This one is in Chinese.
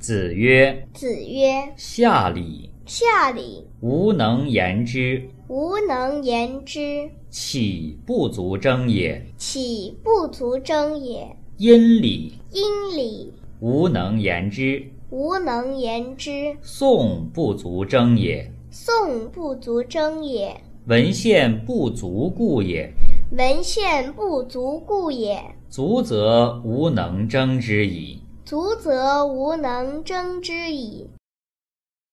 子曰子曰：“下礼，：“下礼，吾能言之，吾能言之，岂不足争也？岂不足争也？殷礼，殷礼，吾能言之，吾能言之，宋不足争也。宋不足争也。文献不足故也。文献不足故也。足则吾能争之矣。”足则吾能争之矣。